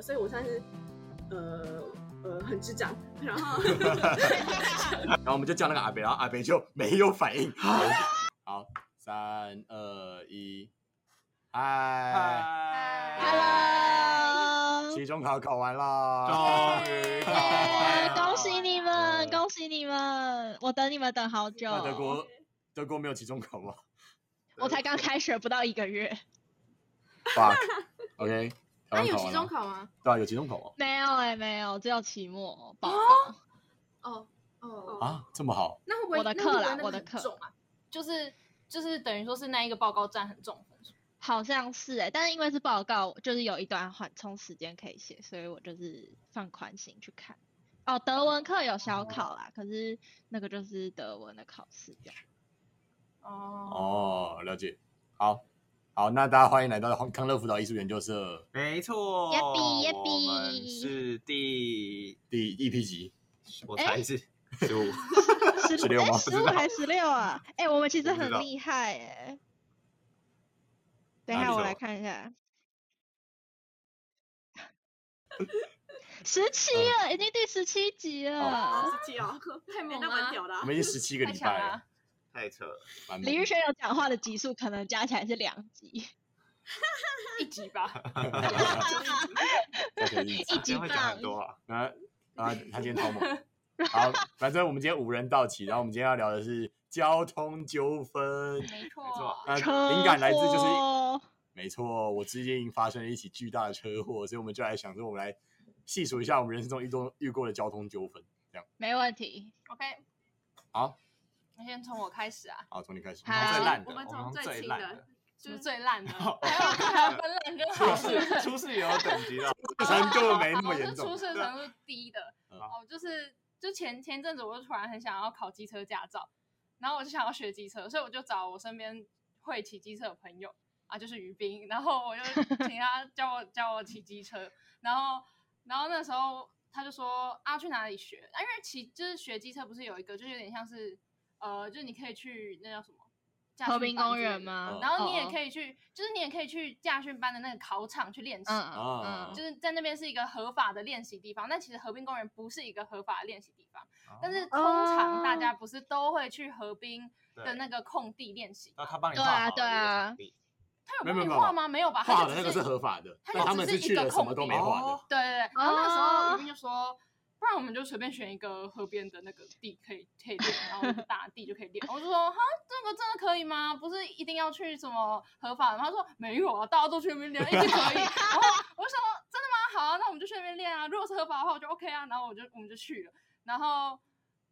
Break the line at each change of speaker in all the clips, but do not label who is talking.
所以我算是呃呃很智障，然后
然后我们就叫那个阿北，然后阿北就没有反应。好，好，三二一，嗨，
Hello，
期中考考完啦，
终于
耶
考 完了
恭喜你们，恭喜你们！我等你们等好久，
那德国德国没有期中考吗
我才刚开学不到一个月，
？Fuck，OK，
那有期中，考吗？
对啊，有期中考吗
没有哎、没有，只有期末报告。
哦哦，
哦，
啊，这么好，
那会不会
我的
那会不
课
会
啦
那个
我的
很
课
重啊？
就是就是等于说是那一个报告占很重分数。
好像是哎、但是因为是报告，就是有一段缓冲时间可以写，所以我就是放宽心去看。哦，德文课有小考啦，可是那个就是德文的考试这样。
哦，
哦，了解，好，好，那大家欢迎来到康乐辅导艺术研究社
没错，
耶比耶比
我们是第，
第一批集，
我猜是十五，
十
16吗
哎
不
十
知
五
道
还是十六啊？哎、我们其实
我不知
很
道
厉害哎、等一
哪
下，
里
我
说
来看一下。十七
嗯
了，已经第十七集了。
十七 哦，
太猛
那
了
蛮，屌的啊
我。们已经十七个
太
礼
强
拜
了
了，。
太扯了，
蛮猛
李玉轩有讲话的集数，可能加起来是两集，
啊
一集吧，
的，可以
一集
今天会讲
半
很。多啊，
啊啊，他今天超猛。好，反正我们今天五人到齐，然后我们今天要聊的是交通纠纷。
没
没错
错。
那
车
啊灵感来自就是，
祸
没错，我最近发生了一起巨大的车祸，所以我们就来想说，我们来细数一下我们人生中遇过遇过的交通纠纷。这样，
没问题。
OK，
好，
那先从我开始啊，
好，从你开始。
好
最烂的，
我们
我们
从最
最
轻
烂
的
的，
就是最烂的，
哦
还有还有分烂跟好
出
事
事出事也有等级的，
这 程度没那
我
么
是
严重
哦
啊
出。事程度低的。
嗯
哦，就是就前前阵子我就突然很想要考机车驾照，然后我就想要学机车，所以我就找我身边会骑机车的朋友啊，就是于斌，然后我就 请他教我教我骑机车，然后然后那时候他就说啊去哪里学？啊，因为骑就是学机车不是有一个就是有点像是呃，就是你可以去那叫什么？驾
和
训
平
班
公
之类
园
的？
嗯
吗？
然后你也
哦
可以去，就是你也可以去驾训班的那个考场去练习。
嗯嗯
啊
就是在那边是一个合法的练习地方，但其实河滨公园不是一个合法的练习地方。
哦
但是通常大
哦
家不是都会去河滨的
对
那个空地练习？
那他帮你
对
画
啊
好了
对
一个
啊
场地
他有
没有
帮你
没有
画吗？没有吧？
画
他就
的
只
那个是合法的，
它就
但他
只
们
是
是
一
去
个
了什
空
么都
地
没画的
哦。
对对对。然后那个时候
哦
雨斌就说，不然我们就随便选一个河边的那个地可以可以练，然后就大地就可以练。我就说，哈，这个真的可以吗？不是一定要去什么合法的吗？他说没有啊，大家都去那边练，一定可以。然后我就说真的吗？好啊，那我们就去那边练啊。如果是合法的话，我就 OK 啊。然后我就我们就去了，然后。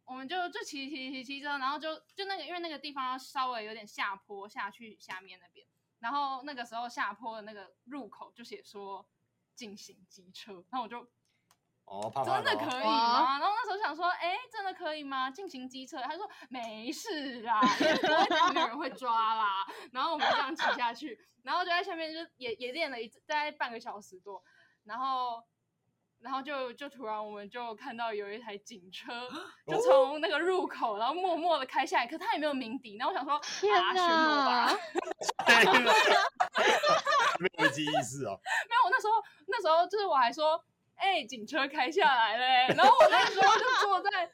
我们就就骑骑骑骑车，然后就就那个，因为那个地方稍微有点下坡下去下面那边，然后那个时候下坡的那个入口就写说进行机车，然后我就
哦，怕怕
真的
哦
可以
哇
吗？然后那时候想说，哎，真的可以吗？进行机车，他就说没事啦，因为不会没有人会抓啦。然后我们这样骑下去，然后就在下面就也也练了一大概半个小时多，然后。然后就就突然我们就看到有一台警车就从那个入口，然后默默的开下来，可他也没有鸣笛。然后我想说，
天
啊，巡逻吧
哪！
没有危机意识哦。
没有，我那时候那时候就是我还说，哎、警车开下来嘞、然后我那时候就坐在，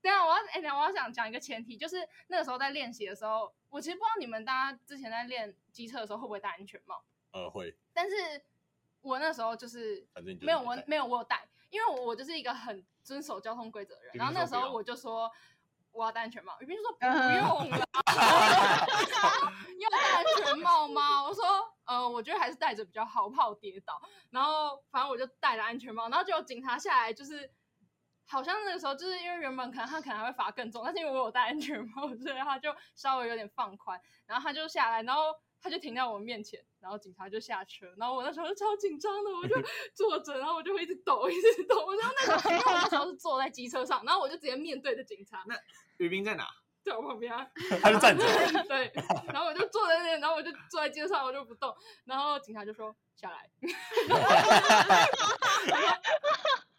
等一下我要，哎、等一下我要想讲一个前提，就是那个时候在练习的时候，我其实不知道你们大家之前在练机车的时候会不会戴安全帽，
呃，会，
但是我那时候就是
反正你就是
没有
没
我
戴
没有我有戴，因为我我就是一个很遵守交通规则的人，
比
然后
如
那
说
时
不
候
要
我就说。我要戴安全帽，宇斌就说不
嗯哼
用了，要戴安全帽吗？我说，呃，我觉得还是戴着比较好，我怕我跌倒。然后反正我就戴了安全帽，然后结果警察下来就是，好像那个时候就是因为原本可能他可能还会罚更重，但是因为我有戴安全帽，所以他就稍微有点放宽，然后他就下来，然后。他就停在我面前，然后警察就下车，然后我那时候就超紧张的，我就坐着，然后我就会一直抖，一直抖。我就那时候，因为我那时候是坐在机车上，然后我就直接面对着警察
于斌在哪？
在我旁边啊，
他就站着。
对，然后我就坐在那，然后我就坐在街上，我就不动。然后警察就说下来，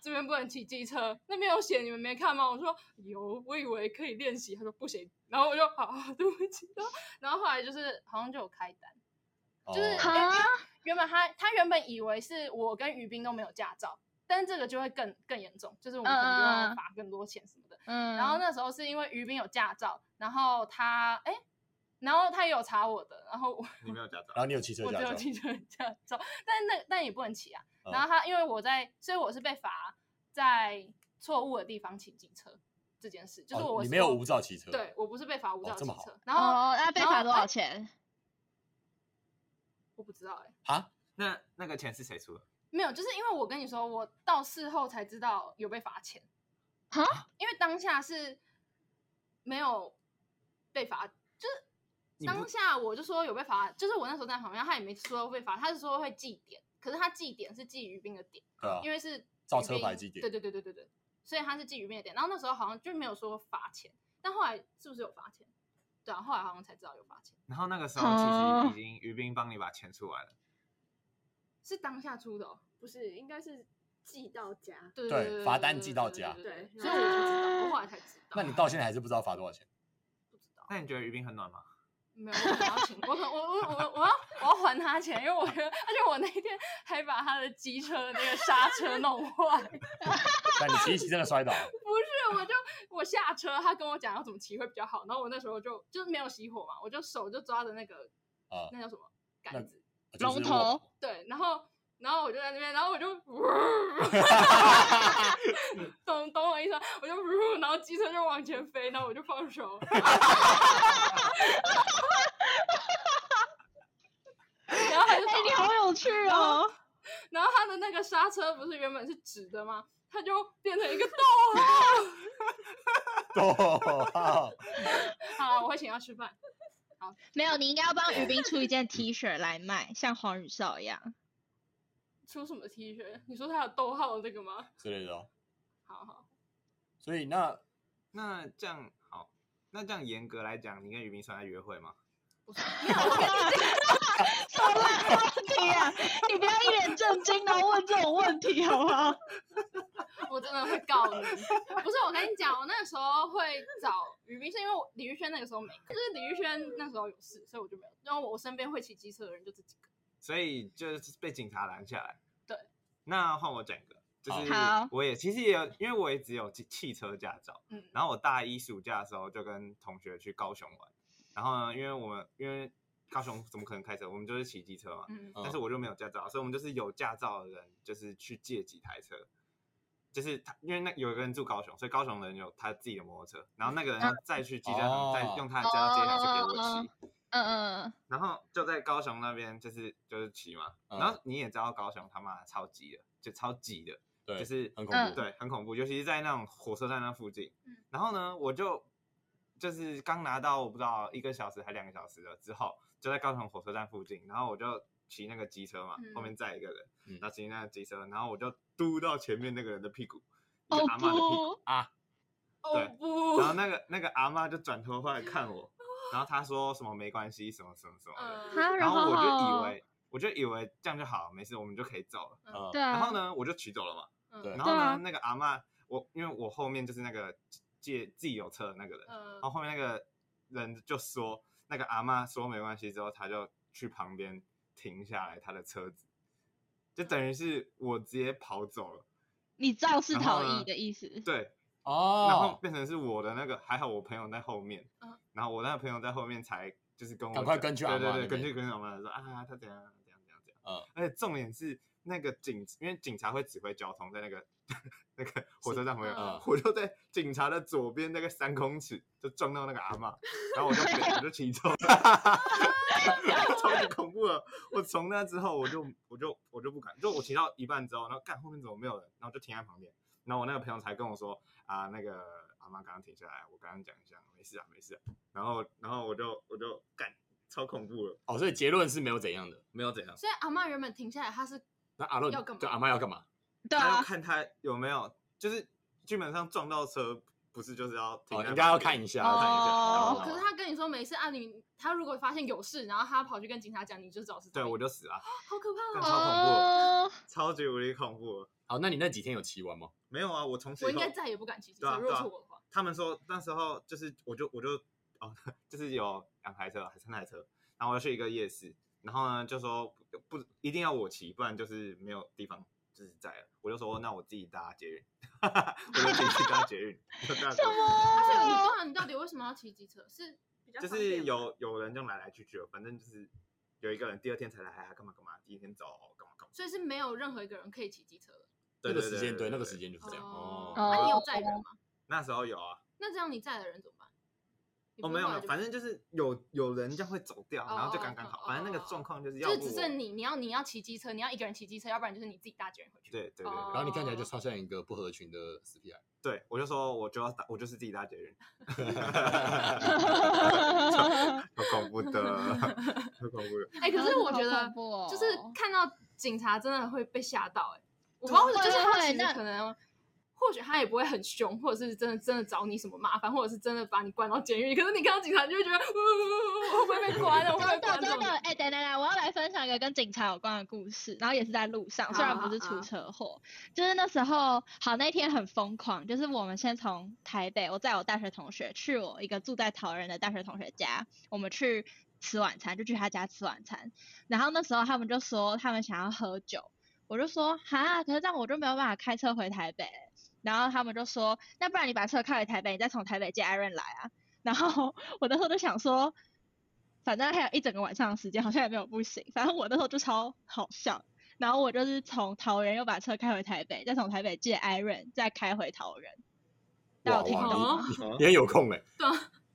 这边不能骑机车，那边有写，你们没看吗？我说有，我以为可以练哦 习，他说不行。然后我就好、啊，对不起。然后然后后来就是好像就有开单，就是
哦
哈
哎原本他他原本以为是我跟于斌都没有驾照，但是这个就会更更严重，就是我们可能
嗯
就
嗯
要
嗯
罚更多钱什么的。
嗯，
然后？那时候是因为于斌有驾照，然后他哎，然后他也有查我的，然后我
你没有驾照
然，后你有汽车
我
驾
只有
照，
汽车驾照，但是那但也不能骑啊。
哦
然后他因为我在，所以我是被罚在错误的地方骑机车这件事，就是
哦
我、
你没有无，照骑车，
对，我不是被罚无
哦
照
这
骑
么
车，
好
然后、
哦，那被
然后
罚多少
哎
钱？
我不知道哎、
啊，
那那个钱是谁出的？
没有，就是因为我跟你说，我到事后才知道有被罚钱，
哈，
因为当下是没有被罚，就是
你不
当下我就说有被罚，就是我那时候在旁边，他也没说被罚，他是说会记点，可是他记点是记于斌的点，
对啊，
因为是
照
于
车
斌
牌记点
对对对对对对，所以他是记于斌的点，然后那时候好像就没有说罚钱，但后来是不是有罚钱？对啊，后来好像才知道有罚钱，
然后那个时候其实已经于斌帮你把钱出来了，
是当下出的、哦，
不是，应该是寄到家。
对
对
对，
罚单寄到家
对，
对
所以我才知道，我后来才知道，
那你到现在还是不知道罚多 少钱？
不知道。
那你觉得于斌很暖吗？
没有，我可能要请，我可我我我我要我要还他钱，因为我觉得，而且我那天还把他的机车那个刹车弄坏，不
但你骑一骑真的摔倒了，
是，我就我下车，他跟我讲要怎么骑会比较好，然后我那时候就就是没有熄火嘛，我就手就抓着那个
啊
那叫什么
那
杆子，
就是
龙
我
头，
对，然后然后我就在那边，然后我就，懂懂我意思吗？我就，然后机车就往前飞，然后我就放手，然后他
哎，
就说
你好有 趣哦！
然后他的那个刹车不是原本是直的吗？它就变成一个逗
逗
号。
号
好，我会请他吃饭。
没有，你应该要帮于斌出一件 T 恤来卖，像黄宇少一 样。
出什么 T 恤？你说他有逗号这个吗？
之类的哦。
好好，
所以那
那这样好，那这样严格来讲，你跟于斌算在约会吗？
不是，
什么烂问题啊！你不要一脸正经的问这种问题好不好？
我真的会告你。不是，我跟你讲，我那个时候会找于斌，是因为我李玉轩那个时候没，就是李玉轩那时候有事，所以我就没有。然后我身边会骑机车的人就这几个。
所以就是被警察拦下来。
对，
那换我讲一个，就是
好
我也其实也有，因为我也只有汽汽车驾照。
嗯，
然后我大一暑假的时候就跟同学去高雄玩，然后呢，因为我们因为高雄怎么可能开车，我们就是骑机车嘛。
嗯，
但是我就没有驾照，所以我们就是有驾照的人，就是去借几台车。就是他，因为那有一个人住高雄，所以高雄的人有他自己的摩托车，然后那个人要再去机车
哦
行，再用他的驾照借一台车给我骑。
嗯嗯
然后就在高雄那边，就是就是骑嘛。
嗯
然后你也知道高雄他妈的超级的，就超级的，
对，
就是
很恐
嗯
怖，
对，很恐怖，尤其是在那种火车站那附近。
嗯
然后呢，我就就是刚拿到我不知道一个小时还两个小时了之后，就在高雄火车站附近，然后我就骑那个机车嘛，后面载一个人，
嗯
然后骑那个机车，然后我就嘟到前面那个人的屁股，一
嗯，
个阿嬷的屁股，
哦
啊，
哦不
然，后那个那个阿嬷就转头过来看我，然后她说什么没关系，什么什么什么的，
不，
哦嗯，
啊，
然
后
后我就以
哦
为我就以为这样就好，没事，我们就可以走了。
嗯
对
然
啊，
后呢，我就骑走了嘛。
对
嗯，
然后
对啊
呢，那个阿嬷，我因为我后面就是那个借自己有车的那个人，
嗯
然后后面那个人就说，那个阿嬷说没关系之后，他就去旁边停下来他的车子，就等于是我直接跑走了。
你肇事
然
逃
后
逸
呢
的意思。
对，然后
哦，
变成是我的那个，还好我朋友在后面
嗯，
然后我那个朋友在后面才就是跟我
赶快
讲
跟去阿
对
嬷
对
那
对，跟
边
去跟阿嬷说啊，他怎样怎样怎样怎样。
嗯
而且重点是那个警，因为警察会指挥交通，在那个 那个火车站旁边，
嗯
我就在警察的左边那个三公尺就撞到那个阿嬷，然后我就我就骑走了， 超级恐怖的。我从那之后我就我就我就不敢，就我骑到一半之后，然后干后面怎么没有人，然后就停在旁边，然后我那个朋友才跟我说啊，那个阿嬷刚刚停下来，我刚刚讲一下，没事啊没事啊，然后然后我就我就干。超恐怖了，
哦，所以结论是没有怎样的。
没有怎样。
所以阿嬷原本停下来，他是
那阿乐
要干嘛
对阿妈要干嘛？
对
他要
啊，
看他有没有，就是基本上撞到车，不是就是要停
哦，
在
应该要
旁边
看一下，
哦
看一下。
哦
哦，
可是他跟你说没事，啊你他如果发现有事，然后他跑去跟警察讲，你就找事。
对，我就死了，
好可
干
怕哦！
超恐怖
哦，
超级无敌恐怖。
好，那你那几天有骑完吗？
没有啊，我从此
我
以
应
后
该再也不敢骑机
对啊
车，如果
对啊
是我的话。
他们说那时候啊就是我就我就哦，就是有两台车还是三台车，然后我要去一个夜市，然后呢就说不一定要我骑，不然就是没有地方就是在了。我就说哦那我自己搭捷运， 我就自己去搭捷运， 就
什
搭捷运
而且我
哦
不
么？
知道啊你到底为什么要骑机车，是
比较
就
方便
是
嘛
有有人就来来去去了，反正就是有一个人第二天才来，还干嘛干嘛，第一天走干嘛干嘛。
所以是没有任何一个人可以骑机车的。
对
那个时间对那个时。
对
间就是这样
哦
哦，。
那你有载人吗？
那时候有啊，
那这样你载的人怎么办？你
哦
不
没
是
有
后
没
来
有，
就
反正就是有有人这样会走掉，然后就刚刚
哦哦
好
哦，
反正那
哦
个状况就是要
就是
不
只
我
剩你，你要你要骑机车，你要一个人骑机车，要不然就是你自己搭捷运回去。
对对对
哦
对
然后你看起来就超像一个不合群的死皮孩。
对，我就说我就要打，我就是自己搭捷 运，好恐怖的，好恐怖的。
哎、可是我觉
好
得
恐怖哦
就是看到警察真的会被吓到、哎，我不知道为什么，就是他
会
其
那
实可能。或许他也不会很凶，或者是真的真的找你什么麻烦，或者是真的把你关到监狱。可是你看到警察，你就会觉得，呜、我会不会被关了？我会不会
真
被关
的
这
真
种
的，哎、等等等，我要来分享一个跟警察有关的故事，然后也是在路上，虽然
好
不是
好
出
好
车祸，就是那时候好那天很疯狂，就是我们先从台北，我载我大学同学去我一个住在桃园的大学同学家，我们去吃晚餐，就去他家吃晚餐，然后那时候他们就说他们想要喝酒，我就说哈，可是这样我就没有办法开车回台北。然后他们就说，那不然你把车开回台北，你再从台北接 Aaron 来啊。然后我那时候就想说，反正还有一整个晚上的时间，好像也没有不行。反正我那时候就超好笑。然后我就是从桃园又把车开回台北，再从台北借 Iron，再开回桃园。但我听
哇
懂
哇
吗？
哦
啊
你很有空哎，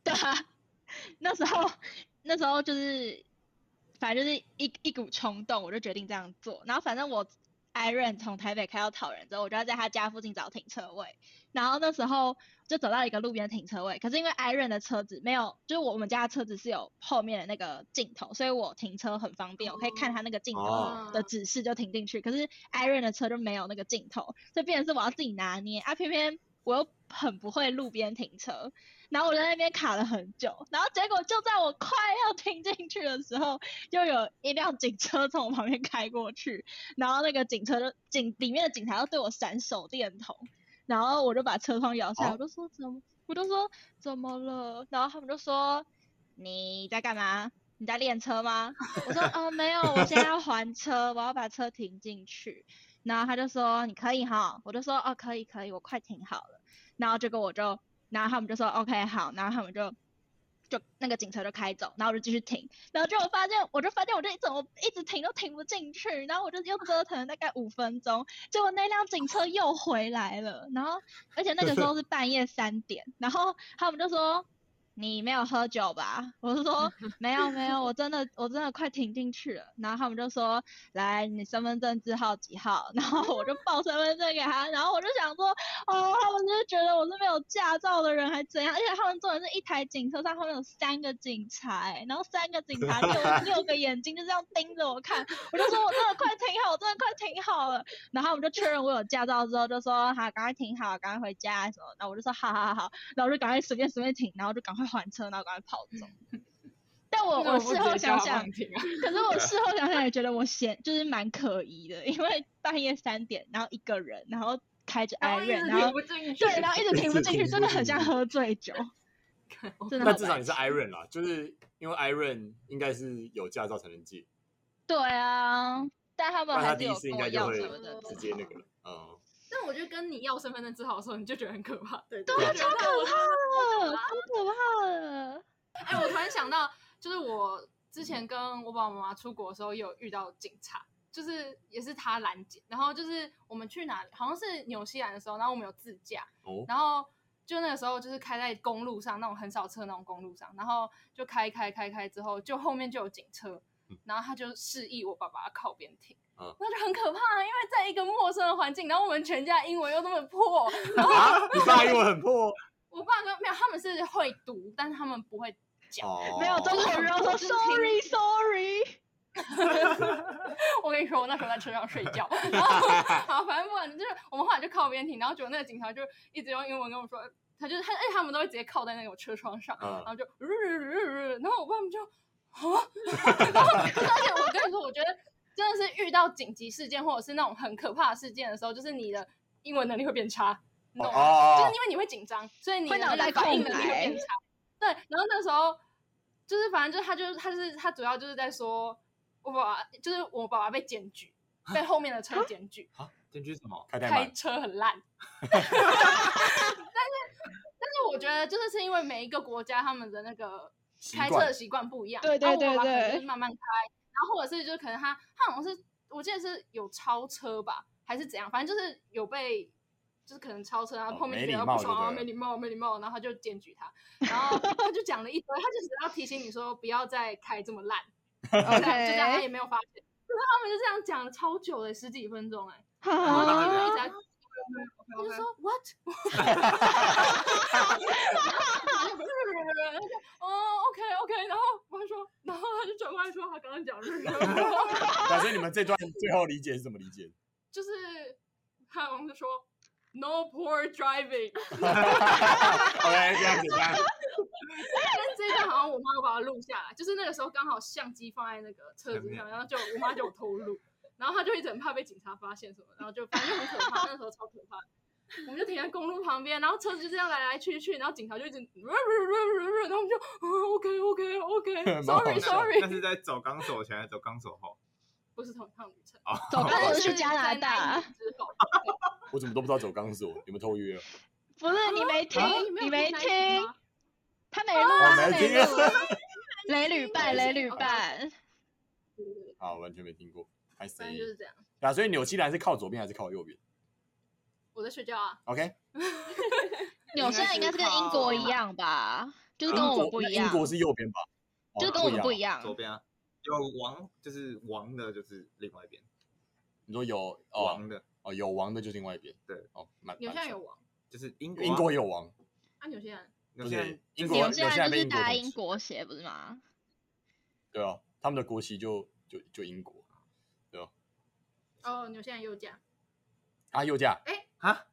对啊， 那时候那时候就是，反正就是一一股冲动，我就决定这样做。然后反正我 Iron 从台北开到桃园之后，我就要在他家附近找停车位。然后那时候就走到一个路边停车位，可是因为 Iron 的车子没有，就是我们家的车子是有后面的那个镜头，所以我停车很方便，我可以看他那个镜头
哦
的指示就停进去。可是 Iron 的车就没有那个镜头，所以变成是我要自己拿捏啊。偏偏我又很不会路边停车，然后我在那边卡了很久，然后结果就在我快要停进去的时候，就有一辆警车从我旁边开过去，然后那个警车就警里面的警察就对我闪手电筒，然后我就把车窗摇下来，
哦
我就说怎么，我就说怎么了，然后他们就说你在干嘛？你在练车吗？我说哦、呃没有，我现在要还车，我要把车停进去。然后他就说你可以哈，我就说哦可以可以，我快停好了。然后结果我就，然后他们就说 OK 好，然后他们就就那个警车就开走，然后我就继续停，然后就我发现我就发现我这一怎么一直停都停不进去，然后我就又折腾了大概五分钟，结果那辆警车又回来了，然后而且那个时候是半夜三点，然后他们就说。你没有喝酒吧？我就说 没有没有，我真的我真的快停进去了。然后他们就说来，你身份证字号几号？ 然后我就报身份证给他，然后我就想说哦，他们就是觉得我是没有驾照的人，还怎样？而且他们坐的是一台警车上，他们有三个警察、欸，然后三个警察六六个眼睛就这样盯着我看，我就说我真的快停好，我真的快停好了。然后我们就确认我有驾照之后，就说好，赶快停好，赶快回家什么。然后我就说好好好好，然后我就赶快随便随便停，然后就赶快还车，然后赶快跑走。 但我我事后想想，可是我事后想想也觉得我嫌就是蛮可疑的，因为半夜三点，然后一个人，然后开着 i
然
r
后一
o
直
n 哎然后
停不进去，
对，然后一直停不进
一
去，
直
真的很像喝醉 酒，真
那
的好
至少
白
你是
痴。
Iron 啦，就是因为 Iron 应该是有驾照才能借，
对啊，但他
不
们
然他
还是
第一
有
次
跟
应
我
该就
要
会
什么的，
直接那个了。嗯，
但我觉得跟你要身份证字号的时候，你就觉得很可怕。
对
对啊，超可怕的，超可怕的。
哎、我突然想到，就是我之前跟我爸爸妈妈出国的时候，也有遇到警察，就是也是他拦截，然后就是我们去哪里，好像是纽西兰的时候，然后我们有自驾，
哦，
然后就那个时候就是开在公路上那种很少车那种公路上，然后就开开开开之后，就后面就有警车
嗯，
然后他就示意我爸爸靠边停。
嗯
那就很可怕，啊因为在一个陌生的环境，然后我们全家英文又那么破，然后
啊，你爸英文很破
我爸跟没有，他们是会读，但是他们不会讲。
哦，
没 有中国人要说 sorry sorry，
我跟你说，我那时候在车上睡觉，然后 好，反正不管就是我们后来就靠边停，然后结果那个警察就一直用英文跟我说，他就是他，而哎且他们都会直接靠在那个我车窗上，
嗯
然后就，然后我爸们就啊， 然后就是而且我跟你说，我觉得真的是遇到紧急事件或者是那种很可怕的事件的时时候，就是你的英文能力会变差，你懂吗？
哦
就是因为你会紧张，所以你的
会脑
那个
袋
反应
空
能力会
白
变差。对，然后那时候就是反正就是他就是他是他主要就是在说，我爸爸就是我爸爸被检举，被后面的车检举，
啊，检举什么？
开太
开
慢，
车很 烂。但是，但是我觉得就是是因为每一个国家他们的那个
习
开车
惯
的习惯不一样，
对对
然后我
对
爸爸可能
对
就是慢慢开，然后或者是就是可能他他好像是我记得是有超车吧，还是怎样，反正就是有被就是可能超车，然后
哦
后面
没礼
觉得
貌
不
就
爽
对
啊，
了
没礼貌，没礼貌，然后他就检举他，然后他就讲了一堆，他就只要提醒你说不要再开这么烂，就这样就这样，他也
，OK，
没有发现。可是他们就这样讲了超久的，十几分钟哎、
我当然
就一
了
直
啊
在。他就说 what？哦，OK OK，然后我还说，然后他就转过来说他刚刚讲日语，
但啊是你们这段最后理解是怎么理解？
就是他好像是说 no poor driving，
OK，这样子，这样子，
但这一段好像我妈有把它录下来，就是那个时候刚好相机放在那个车子
前面
上，然后就我妈就有偷录，然后她就一直很怕被警察发现什么，然后就反正就很可怕，那时候超可怕的。我们就停在公路旁边，然后车子就这样来来去去，然后警察就一直，然后我们就、嗯 OK OK
蛮好
OK，Sorry
笑
Sorry，
那是在走钢索前还是走钢索后？
不是同一趟旅程，
哦
走
但
钢索
是
去
是
加拿
在那一
大
年，之后，
我怎么都不知道走钢索，你们偷哦约了？
不是你没听
啊，
你
你
没
没有听那一集
听
吗，
他没录
我
啊，他
哦没
没
听
录 啊，
啊，
雷旅伴，雷旅伴，
对对对，
好，完全没听过，还是
反正就是这样。
啊？所以纽西兰是靠左边还是靠右边
我在睡觉啊，
？OK，
纽西兰应该是跟英国一样吧，就是跟我们不一样
英，国是右边吧？哦
就是跟我们不一
样。
样，
左边啊，有王就是王的，就是另外一边，
你说有哦
王的
哦有王的就是另外一边，
对
哦，蛮
纽西
蛮
兰
像
有王，
就是英国啊。
英国有王，
啊纽西兰
纽西
不
兰
是英
就是
国
纽西兰就是打
英
英
国
国鞋不是 吗？
对啊，他们的国旗就就就英国
哦，纽西兰右驾，
啊，右驾
啊，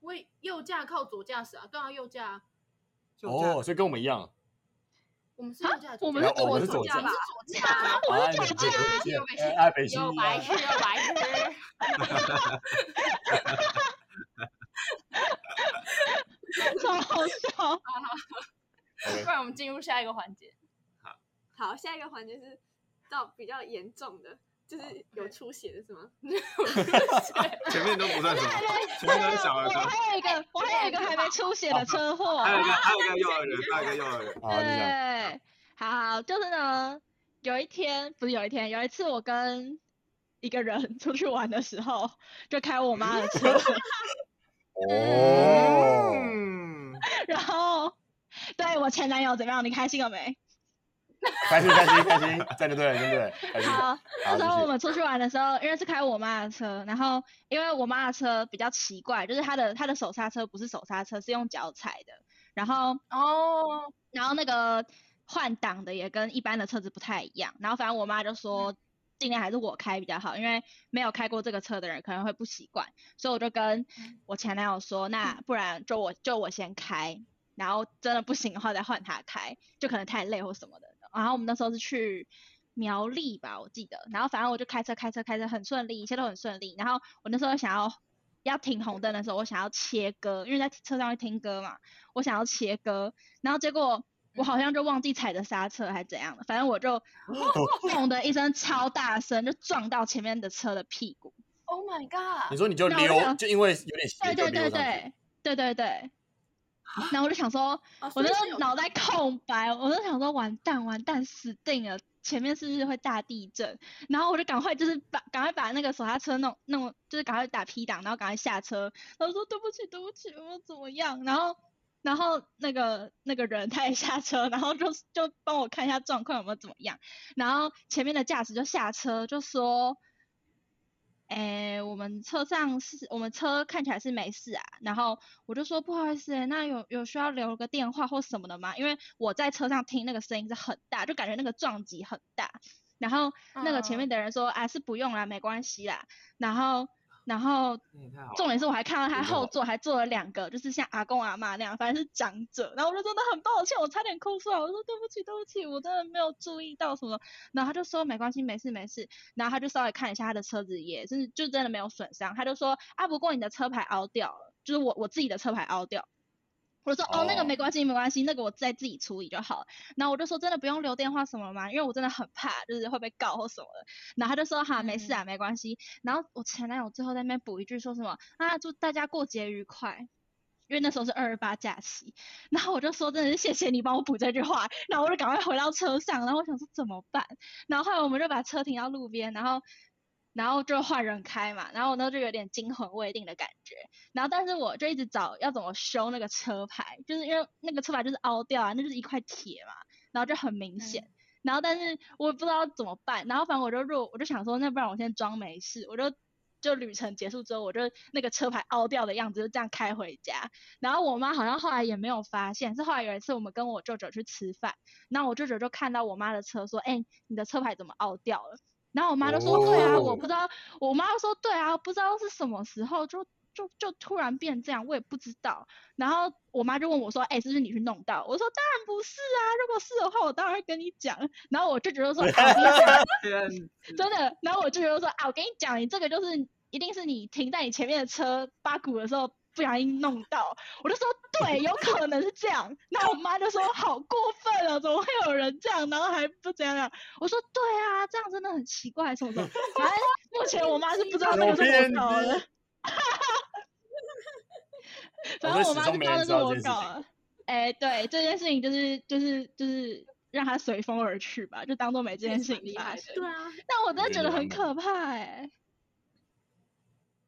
喂，右驾靠左驾驶啊，刚好右驾啊，
就这样
哦，所以跟我们一样
我们是右驾，
我们
哦是
左
左
驾
驾
吧？你是左驾吧？
啊，你们这个
左
驾右
是
白
哎，北西
有白痴，有白痴。
超好 笑，
不然我们进入下一个环节。
好，下一个环节是到比较严重的，就是有出血的是吗？
前面都不算什么，前面都是小儿科
我。还有一 个，我还有一个还没出血
哦
的车祸，
还有一个，还有一个幼儿园，还有一个幼儿园，
啊，你想
对，好，就是呢，有一天不是有一天，有一次我跟一个人 出去玩的时候，就开我妈的车，
哦，
嗯，
然后对我前男友怎么样？你开心了没？
开心开心开心，站就对了，对不对？开心，
好，那时
继续
候我们出去玩的时候，因为是开我妈的车，然后因为我妈的车比较奇怪，就是她的她的手刹车不是手刹车，是用脚踩的，然后
哦，
然后那个换挡的也跟一般的车子不太一样，然后反正我妈就说。尽量还是我开比较好，因为没有开过这个车的人可能会不习惯，所以我就跟我前男友说，那不然就我就我先开，然后真的不行的话再换他开，就可能太累或什么的。然后我们那时候是去苗栗吧，我记得，然后反正我就开车开车开车很顺利，一切都很顺利。然后我那时候想要要停红灯的时候，我想要切歌，因为在车上会听歌嘛，我想要切歌，然后结果我好像就忘记踩着刹车还是怎样的，反正我就 砰的一声超大声，就撞到前面的车的屁股。
Oh my
你
god！
说你就
那我就
溜，
想
就因为有点斜
对
就
对
溜
对
上去，
对对对对。然后我就想说，
哦
我
所
那
以是
时
有
候脑袋空白，我就想说完蛋完蛋死定了，前面是不是会大地震？然后我就赶快就是把赶快把那个手刹车弄弄，就是赶快打 P 档，然后赶快下车，然后说对不起对不起，我怎么样？然后然后那个那个人他也下车，然后就就帮我看一下状况有没有怎么样。然后前面的驾驶就下车就说。诶，我们车上是我们车看起来是没事啊，然后我就说不好意思欸、那有有需要留个电话或什么的吗？因为我在车上听那个声音是很大，就感觉那个撞击很大。然后那个前面的人说、啊是不用啦，没关系啦。然后然后
那也太好了
重点是我还看到他
真好
后座还坐了两个，就是像阿公阿妈那样，反正是长者。然后我就真的很抱歉，我差点哭出来，我说对不起对不起，我真的没有注意到什么。然后他就说没关系没事没事，然后他就稍微看一下他的车子也是就真的没有损伤，他就说啊不过你的车牌凹掉了，就是我我自己的车牌凹掉。我就说哦，那
哦
个没关系，没关系，那个我再自己处理就好了。然后我就说真的不用留电话什么吗？因为我真的很怕，就是会被告或什么的。然后他就说哈，没事啊，没关系。然后我前男友最后在那边补一句说什么啊，祝大家过节愉快。因为那时候是二二八假期，然后我就说真的是谢谢你帮我补这句话，然后我就赶快回到车上，然后我想说怎么办，然后后来我们就把车停到路边，然后然后就换人开嘛，然后我那时候就有点惊魂未定的感觉，然后但是我就一直找要怎么修那个车牌，就是因为那个车牌就是凹掉啊，那就是一块铁嘛，然后就很明显。然后，但是我也不知道怎么办。然后，反正我就入，我就想说，那不然我先装没事。我就就旅程结束之后，我就那个车牌凹掉的样子，就这样开回家。然后我妈好像后来也没有发现，是后来有一次我们跟我舅舅去吃饭，然后我舅舅就看到我妈的车，说：“哎、你的车牌怎么凹掉了？”然后我妈就说：“对啊，我不知道。”我妈就说：“对啊，不知道是什么时候就就就突然变这样，我也不知道。”然后我妈就问我说：“哎、是不是你去弄到？”我说：“当然不是啊，如果是的话，我当然会跟你讲。”然后我舅舅就说：“啊，你真的。然后我舅舅就说啊，我跟你讲，你这个就是一定是你停在你前面的车八股的时候不小心弄到。我就说对，有可能是这样。那我妈就说好过分啊，怎么会有人这样？然后还不这样这样。我说对啊，这样真的很奇怪，什么什么。反正目前我妈是不知道那个是我搞的。反正我妈就知道那是我搞的。哎、对这件事情，就是就是就是让它随风而去吧，就当做没这件事情
厉
发
害
生。
对啊，
但我真的
觉
觉
得
得
蛮猛
很可怕哎、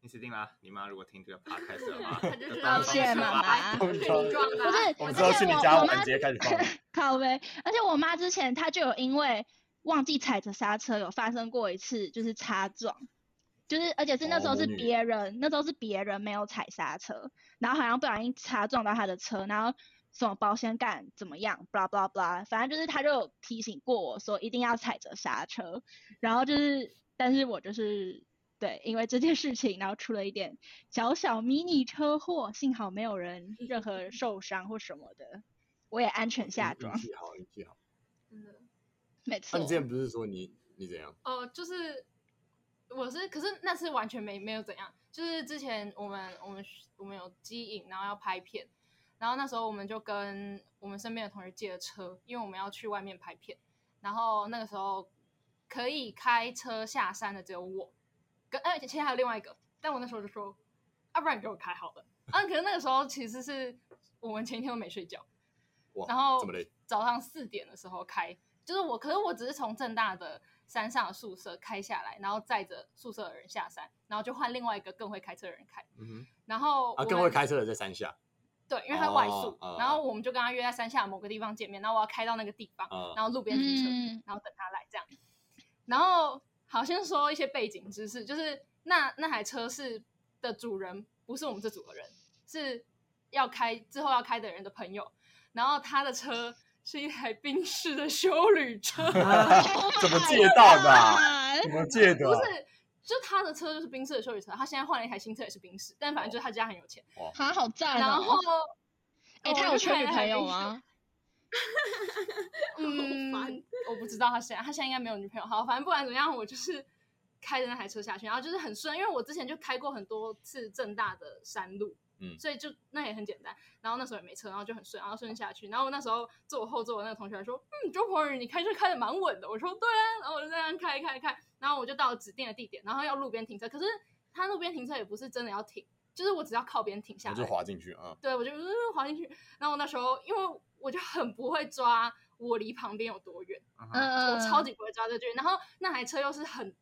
你死定啦！你妈如果听这个 podcast 的话，
他就
就
知道
当然
谢
是
妈
我
妈
爱
被你撞的
不是
啊，，
我
而
们知
且
道
我
去你家
我
玩，
妈
直接开始放。
靠呗。而且我妈之前她就有因为忘记踩着刹车，有发生过一次就是擦撞，就是而且是那时候
哦
是
母女
别人，那时候是别人没有踩刹车，然后好像不小心擦撞到她的车，然后。什么保险杆怎么样？blah blah blah，反正就是她就有提醒过我说一定要踩着刹车，然后就是，但是我就是对，因为这件事情，然后出了一点小小迷你车祸，幸好没有人任何受伤或什么的，我也安全下
运
装。
气好，运气好。
真的
没
那
错
你，之前不是说你你怎样？
哦，就是我是，可是那次完全没没有怎样，就是之前我们我们我们有机影，然后要拍片，然后那时候我们就跟我们身边的同学借了车，因为我们要去外面拍片，然后那个时候可以开车下山的只有我，跟而且其实还有另外一个，但我那时候就说，要、不然你给我开好了，啊，可是那个时候其实是我们前一天都没睡觉。
哇，
然后
这么累，
早上四点的时候开，就是我，可是我只是从正大的山上的宿舍开下来，然后载着宿舍的人下山，然后就换另外一个更会开车的人开，
嗯
然后
哼，啊，
我
更
们
会开车的在山下
对，因为他是外宿，
哦哦
然后我们就跟他约在山下某个地方见面，然后我要开到那个地方，
啊，
然后路边停车，
嗯，
然后等他来这样。然后好先说一些背景知识，就是那那台车是的主人不是我们这组的人，是要开之后要开的人的朋友。然后他的车是一台宾士的修旅车，
怎么借到的啊？
啊
怎么借的
不
啊？
是，就他的车就是宾士的修旅车，他现在换了一台新车也是宾士，但反正就是他家很有钱。
好像好赞
然后
哦。，哎、他
我
有
就
缺
看
女
了
朋友
宾士
吗？
嗯，
烦
我不知道他现在，他现在应该没有女朋友。好，反正不管怎么样，我就是开着那台车下去，然后就是很顺，因为我之前就开过很多次正大的山路，
嗯
所以就那也很简单。然后那时候也没车，然后就很顺，然后顺下去。然后我那时候坐我后座的那个同学还说：“嗯，周鹏宇，你开车开的蛮稳的。”我说：“对啊。”然后我就这样开开开，然后我就到了指定的地点，然后要路边停车。可是他路边停车也不是真的要停，就是我只要靠边停下
我
来，
就滑进去啊，
对，我就嗯滑进去。然后我那时候因为我就很不会抓我离旁边有多远，
嗯哼
嗯，
我超级不会抓这距离。然后那台车又是很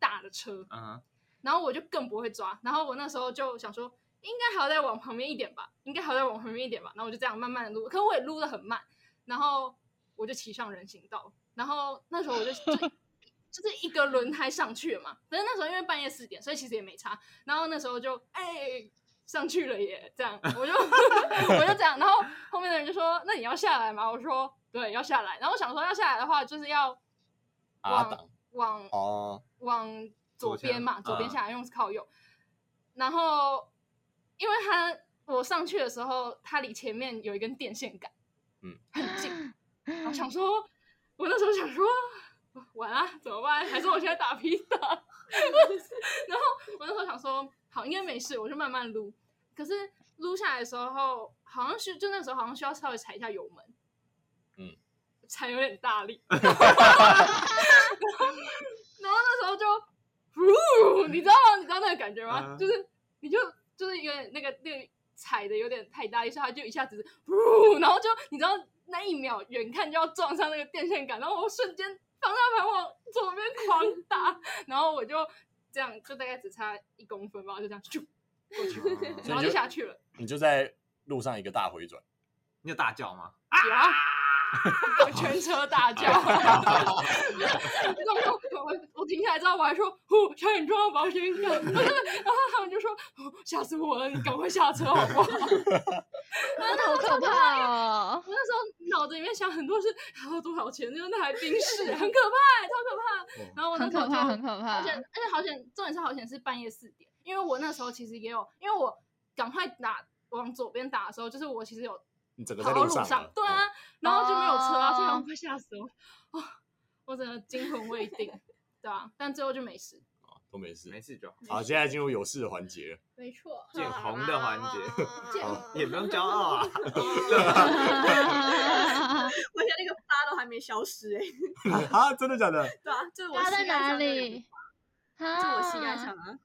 大的车，
嗯哼，
然后我就更不会抓。然后我那时候就想说，应该还要再往旁边一点吧，应该还要再往旁边一点吧。然后我就这样慢慢的撸，可是我也撸的很慢。然后我就骑上人行道，然后那时候我就 就就是一个轮胎上去了嘛。可是那时候因为半夜四点，所以其实也没差。然后那时候就哎、上去了耶，这样我就 我就这样。然后后面的人就说：“那你要下来吗？”我说：“对，要下来。”然后我想说要下来的话，就是要
阿
往
党
往
哦，
往左边嘛，
左边
左
啊
边下来，因为我是靠右。然后，因为他我上去的时候，他离前面有一根电线杆，
嗯，
很近。然后想说，我那时候想说，完啊，怎么办？还是我现在打 皮打？然后我那时候想说，好，应该没事，我就慢慢撸。可可是撸下来的时候，好像是就那时候好像需要稍微踩一下油门，
嗯，
踩有点大 力，然后然后那时候就，呼，你知道吗？你知道那个感觉吗？
嗯
就是你就就是有点那个那个踩的有点太大力，所以它就一下子呼，然后就你知道那一秒远看就要撞上那个电线杆，然后我瞬间方向盘往左边狂打，然后我就这样就大概只差一公分吧，我就这样咻过去，然后就下去了。
你就在路上一个大回转，
你有大叫吗？
啊！ 我全车大叫， 然后我我我停下来之后，我还说：“哦，差点撞到保险杠。”然后他们就说：“哦，吓死我了，你赶快下车好 不好？”
好可怕哦！
我那时候脑子里面想很多是还有多少钱，就是那台宾士，很可怕，超可
哦
怕。然后我那
很
时候
可怕，
就
很可怕
而且。而且好险，重点是好险是半夜四点，因为我那时候其实也有，因为我赶快打往左边打的时候，就是我其实有
你整个在
跑到
路
路
上了。嗯
对啊，然后就没有车啊，所以我
哦
快吓死我，哦，我真的惊魂未定， 对啊，但最后就没事，
嗯，都没事
没。事就好。
好，现在进入有事的环节了。
没错，
哦
见红的环节，
见
哦也不用骄傲啊。
哦我现在那个疤都还没消失哎、
啊，真的假的？
对啊，这是我
他在
膝盖上
哪
的有
里？
就
啊
我膝盖上啊。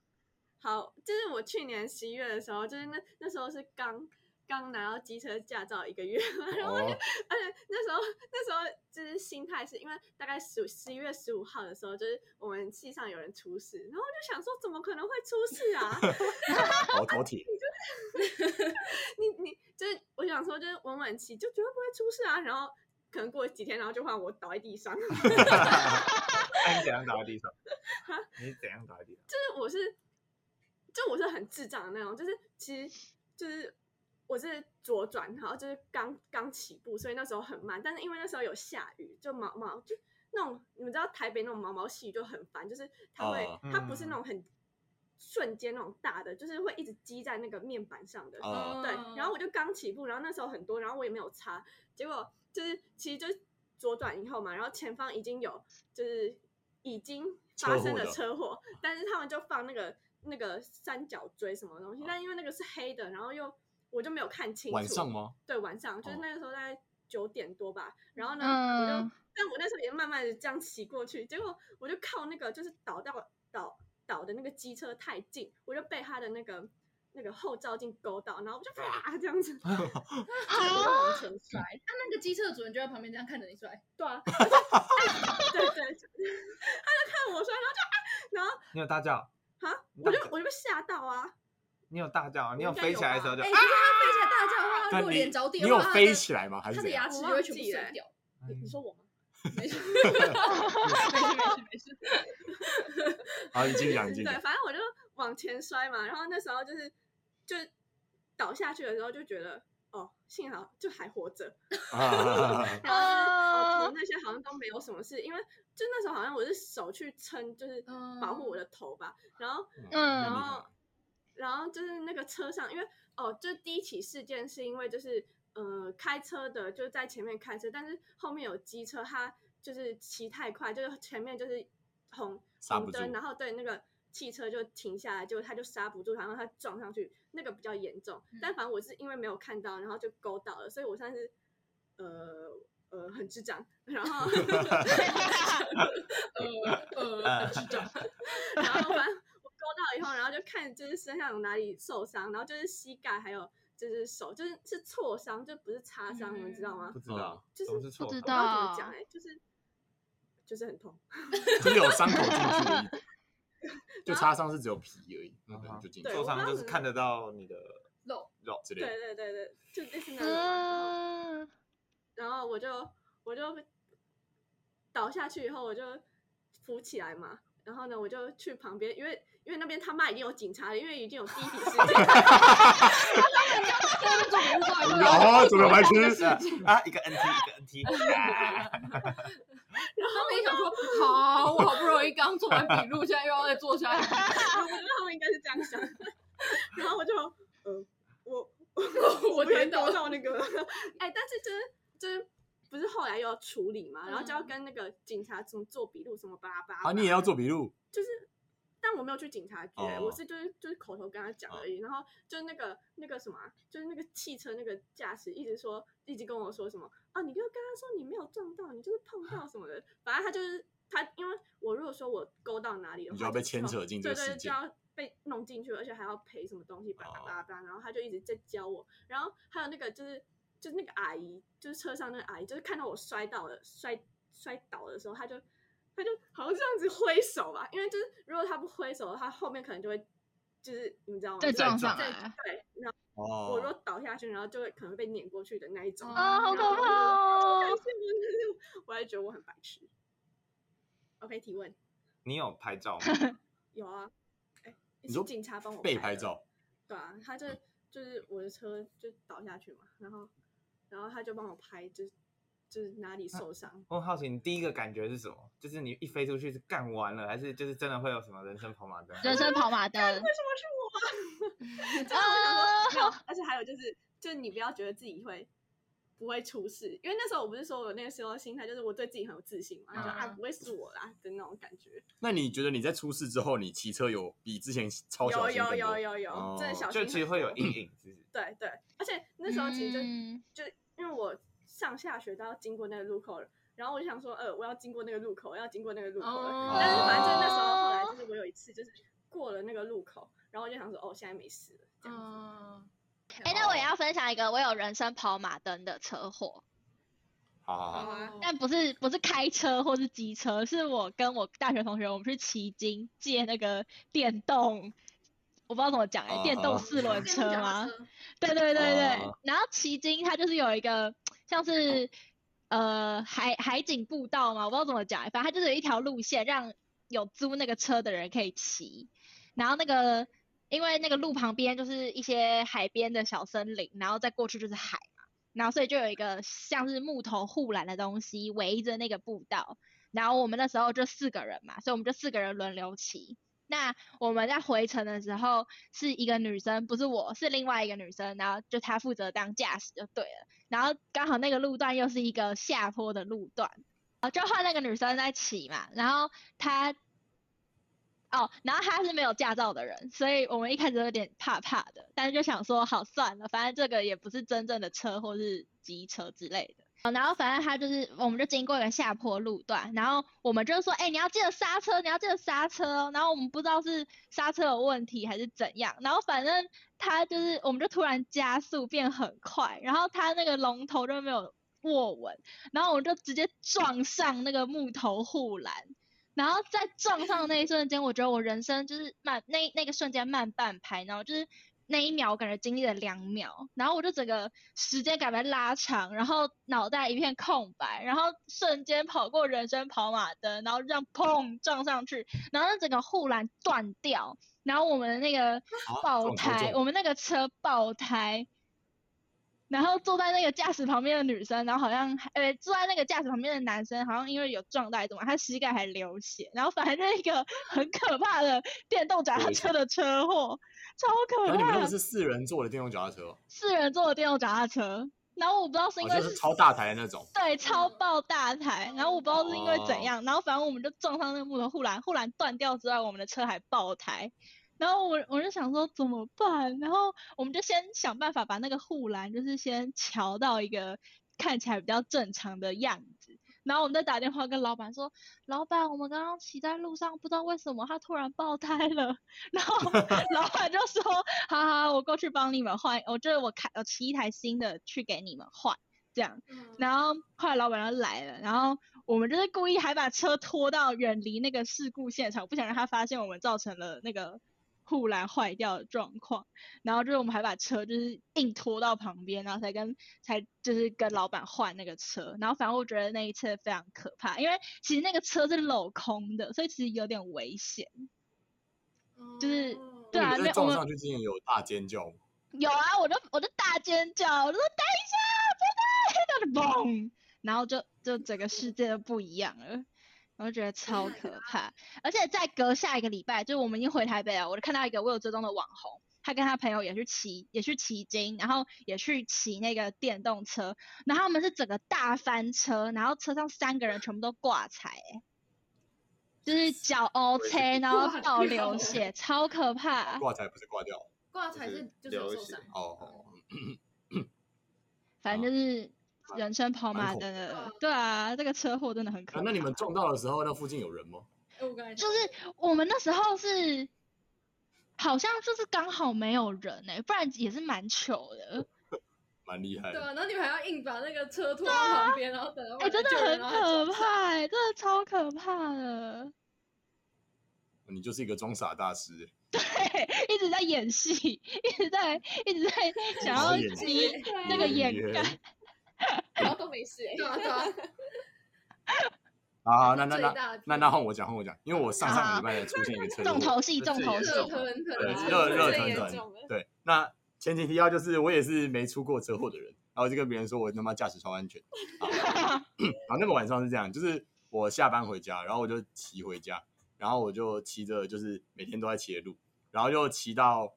好，就是我去年十一月的时候，就是那那时候是刚刚拿到机车驾照一个月，然后我就、
哦，
而且那时候那时候就是心态是因为大概十十一月十五号的时候，就是我们系上有人出事，然后我就想说怎么可能会出事啊？
好头铁，
你你就是我想说就是稳稳骑就绝对不会出事啊，然后可能过了几天，然后就换我倒在地上。
那你怎样倒在地上？你怎样倒在地上？
就是我是，就我是很智障的那种，就是其实就是我是左转，然后就是刚刚起步，所以那时候很慢。但是因为那时候有下雨，就毛毛就那种你们知道台北那种毛毛细雨就很烦，就是它会、
啊
它不是那种很瞬间那种大的，就是会一直积在那个面板上的。
啊
对，然后我就刚起步，然后那时候很多，然后我也没有擦，结果就是其实就是左转以后嘛，然后前方已经有就是已经发
车
生
祸
了
的
车祸，但是他们就放那个那个三角锥什么东西，但因为那个是黑的，然后又我就没有看清楚，
哦晚上吗？
对，晚上就是
哦嗯
那个时候大概九点多吧。然后呢，我
嗯
就，但我那时候也慢慢的这样骑过去，结果我就靠那个就是倒到倒倒的那个机车太近，我就被他的那个那个后照镜勾到，然后我就啪这样 子，
啊
然后我就往前摔。
他那个机车的主人就在旁边这样看着你摔，
对啊，而且哎对对， 就是他就看我摔，然后就啊，
你有大叫？
然后啊，
你
我
大
就
概
我就被吓到啊，
你有大叫啊？你有
应该
飞起来的时候
吧
就
哎，可是他飞起来大叫的话，他
但
如果
你
脸着地
你
的
有
话，他
飞
的
起来吗？还是
他
怎
的牙
样？
齿就
我忘
会全部
记
碎
了
掉。
哎
你说我吗？
没事，没事，没事，
啊，你继续讲，你继续
对，
讲。
反正我就往前摔嘛，然后那时候就是就倒下去的时候就觉得哦，幸好就还活着，然后
啊，
就是
啊
哦头那些好像都没有什么事，因为就那时候好像我是手去撑，就是保护我的头吧，然后然
嗯，
后然后就是那个车上，因为哦，就第一起事件是因为就是呃开车的就在前面开车，但是后面有机车，他就是骑太快，就是前面就是红
刹不
红灯，
住
然后对那个汽车就停下来，结果他就刹不住，然后他撞上去，那个比较严重。但反正我是因为没有看到，然后就勾到了，所以我算是呃呃很智障，然后。
呃
呃
呃，智障，
然后反正我勾到以后，然后就看就是身上有哪里受伤，然后就是膝盖还有就是手，就是是挫伤，就不是擦伤，你们知道吗？
不
我
知
嗯
道，
就是
嗯都是错
不知
的。
不知道怎么
道
讲哎、就是就是很痛，
就是有伤口进去而已，就擦伤是只有皮而已，那可能就进去
对
受伤就是看得到你的
肉
肉，
之类
对
的。
对对对，就类似那种。
嗯，
然后我就我就倒下去以后，我就扶起来嘛。然后呢，我就去旁边，因为因为那边他妈已经有警察了，因为已经有 第一起事件，
有怎么白
是啊
痴？
啊，一个 NT 一个 NT，啊
他们也想说，好，啊我好不容易刚做完笔录，现在又要再坐下来。
我觉得他们应该是这样想。然后我就呃， 我
我
不小心
跌倒
倒到那个， 哎，但是就是就是不是后来又要处理嘛，然后就要
嗯
跟那个警察怎么做笔录，什么巴拉巴拉。
啊，你也要做笔录？
就是，但我没有去警察局、欸
哦
我是就是就是口头跟他讲
哦
而已。然后就是那个那个什么啊，就是那个汽车那个驾驶一直说，一直跟我说什么啊，你就跟他说你没有撞到，你就是碰到什么的。反正他就是他，因为我如果说我勾到哪里的话，
你就要被
是
牵
从
扯进这
对
个事
对，就
件哦
要被弄进去，而且还要赔什么东西，叭叭叭叭。然后他就一直在教我，然后还有那个就是就是那个阿姨，就是车上那个阿姨，就是看到我摔倒了摔摔倒的时候，她就她就好像这样子挥手吧，因为就是如果她不挥手，她后面可能就会就是你知道吗？
再
就是
撞上
再
来
对，然后
哦，
我若倒下去，然后就会可能被碾过去的那一种。
啊
啊，好可怕哦！
我还觉得我很白痴。OK，提问
你有拍照吗？
有啊？哎，
你说
是警察帮我
被
拍
拍
的
照，
对啊，他就就是我的车就倒下去嘛，然后然后他就帮我拍，就是就是哪里受伤，
我好奇你第一个感觉是什么？就是你一飞出去是干完了，还是就是真的会有什么人生跑马灯？
人生跑马灯，
真的我想说
哦
没有，而且还有就是，就是你不要觉得自己会不会出事，因为那时候我不是说我那个时候心态就是我对自己很有自信嘛，就啊
嗯
不会是我啦的那种感觉。
那你觉得你在出事之后，你骑车有比之前超小
有
心
有
更
有
多？
有有，真的
哦
小心
就
很多。
其实会有阴影，是不是？
对对，而且那时候其实就、
嗯
就因为我上下学都要经过那个路口了，然后我就想说，呃，我要经过那个路口，要经过那个路口了。
哦
但是反正就是那时候后来就是我有一次就是过了那个路口，然后我就想说，哦，现在没事了，这样子。
嗯，
哎、那我也要分享一个我有人生跑马灯的车祸，
好好好，
好啊
哦
但不是不是开车或是机车，是我跟我大学同学，我们去骑金借那个电动，我不知道怎么讲哎、
啊
电
啊
动四轮车吗？对对对对，
哦
然后骑鲸它就是有一个像是呃海海景步道嘛，我不知道怎么讲，反正它就是有一条路线让有租那个车的人可以骑，然后那个因为那个路旁边就是一些海边的小森林，然后再过去就是海嘛，然后所以就有一个像是木头护栏的东西围着那个步道，然后我们那时候就四个人嘛，所以我们就四个人轮流骑，那我们在回程的时候，是一个女生，不是我，是另外一个女生，然后就她负责当驾驶就对了。然后刚好那个路段又是一个下坡的路段，哦，就换那个女生在骑嘛。然后她，哦，然后她是没有驾照的人，所以我们一开始有点怕怕的，但是就想说好算了，反正这个也不是真正的车或是机车之类的。哦然后反正他就是，我们就经过一个下坡路段，然后我们就说，哎、你要记得刹车，你要记得刹车哦。然后我们不知道是刹车有问题还是怎样，然后反正他就是，我们就突然加速变很快，然后他那个龙头就没有握稳，然后我就直接撞上那个木头护栏，然后在撞上的那一瞬间，我觉得我人生就是慢那那个瞬间慢半拍，然后就是那一秒，我感觉经历了两秒，然后我就整个时间感被拉长，然后脑袋一片空白，然后瞬间跑过人生跑马灯，然后这样砰撞上去，然后那整个护栏断掉，然后我们的那个
啊
爆
撞头
胎，
撞
我们那个车爆胎。然后坐在那个驾驶旁边的女生，然后好像还呃坐在那个驾驶旁边的男生，好像因为有撞到还是怎么，他膝盖还流血，然后反正就是一个 很可怕的电动脚踏
危
车的车祸，超
然后
可
你们那
怕
个！是四人坐的电动脚踏车哦，
四人坐的电动脚踏车，然后我不知道是因
哦，
为
就是超大台的那种，
对，超爆大台。然后我不知道是因为
哦
怎样，然后反正我们就撞上那个木头护栏，护栏断掉之外，我们的车还爆胎。然后我我就想说怎么办？然后我们就先想办法把那个护栏，就是先调到一个看起来比较正常的样子。然后我们再打电话跟老板说，老板，我们刚刚骑在路上，不知道为什么它突然爆胎了。然后老板就说，好好好，我过去帮你们换，我就是我开我骑一台新的去给你们换，这样。
嗯
然后后来老板就来了，然后我们就是故意还把车拖到远离那个事故现场，不想让他发现我们造成了那个护栏坏掉的状况。然后就是我们还把车就是硬拖到旁边，然后才跟才就是跟老板换那个车。然后反正我觉得那一次非常可怕，因为其实那个车是镂空的，所以其实有点危险。就是
嗯
对
你
啊，
们在
没
撞
有我们
上去之前有大尖叫吗，
有啊，我就我就大尖叫，我就说等一下，不对，然后就嘣，然后就就整个世界都不一样了，我就觉得超可怕。而且在隔下一个礼拜，就是我们已经回台北了，我就看到一个我有追踪的网红，他跟他朋友也去骑，也去骑金，然后也去骑那个电动车，然后他们是整个大翻车，然后车上三个人全部都挂彩、欸，就是脚 O
也是
切，然后
哇
爆流血，超可怕。
挂才不是挂掉
挂才是就是有受伤，
哦哦。哦
反正就是人生跑
蛮
马
恐
灯
怖
的
的，
对啊，这个车祸真的很可
啊
怕。
那你们撞到的时候，那附近有人吗？
哎我刚才讲
就是我们那时候是，好像就是刚好没有人哎、不然也是蛮糗的。
蛮厉害
对
的。
啊，然后你们还要硬把那个车拖到旁边，然后等
哦
到
哎、真的
救人
很
啊
可
然后再走
怕、欸，真的超可怕的。
你就是一个装傻大师。
对，一直在演戏，一直在一直在想要
哦演戏
逼那个掩
演员
盖。
啊然后都没事哎、
对啊对啊，
啊，那
这
那
是最
那
大的
那那换我讲，换我讲，因为我上上个
好
礼拜也出现一个车祸。
重头戏，
这
重
也
头
是
戏，
热腾腾
对，
啊，
热热
最
腾
严
腾
重的。
对，那前提提要就是我也是没出过车祸的人，然后就跟别人说我他妈驾驶超安全。 好，好，那个晚上是这样，就是我下班回家，然后我就骑回家，然后我就骑着就是每天都在骑的路，然后就骑到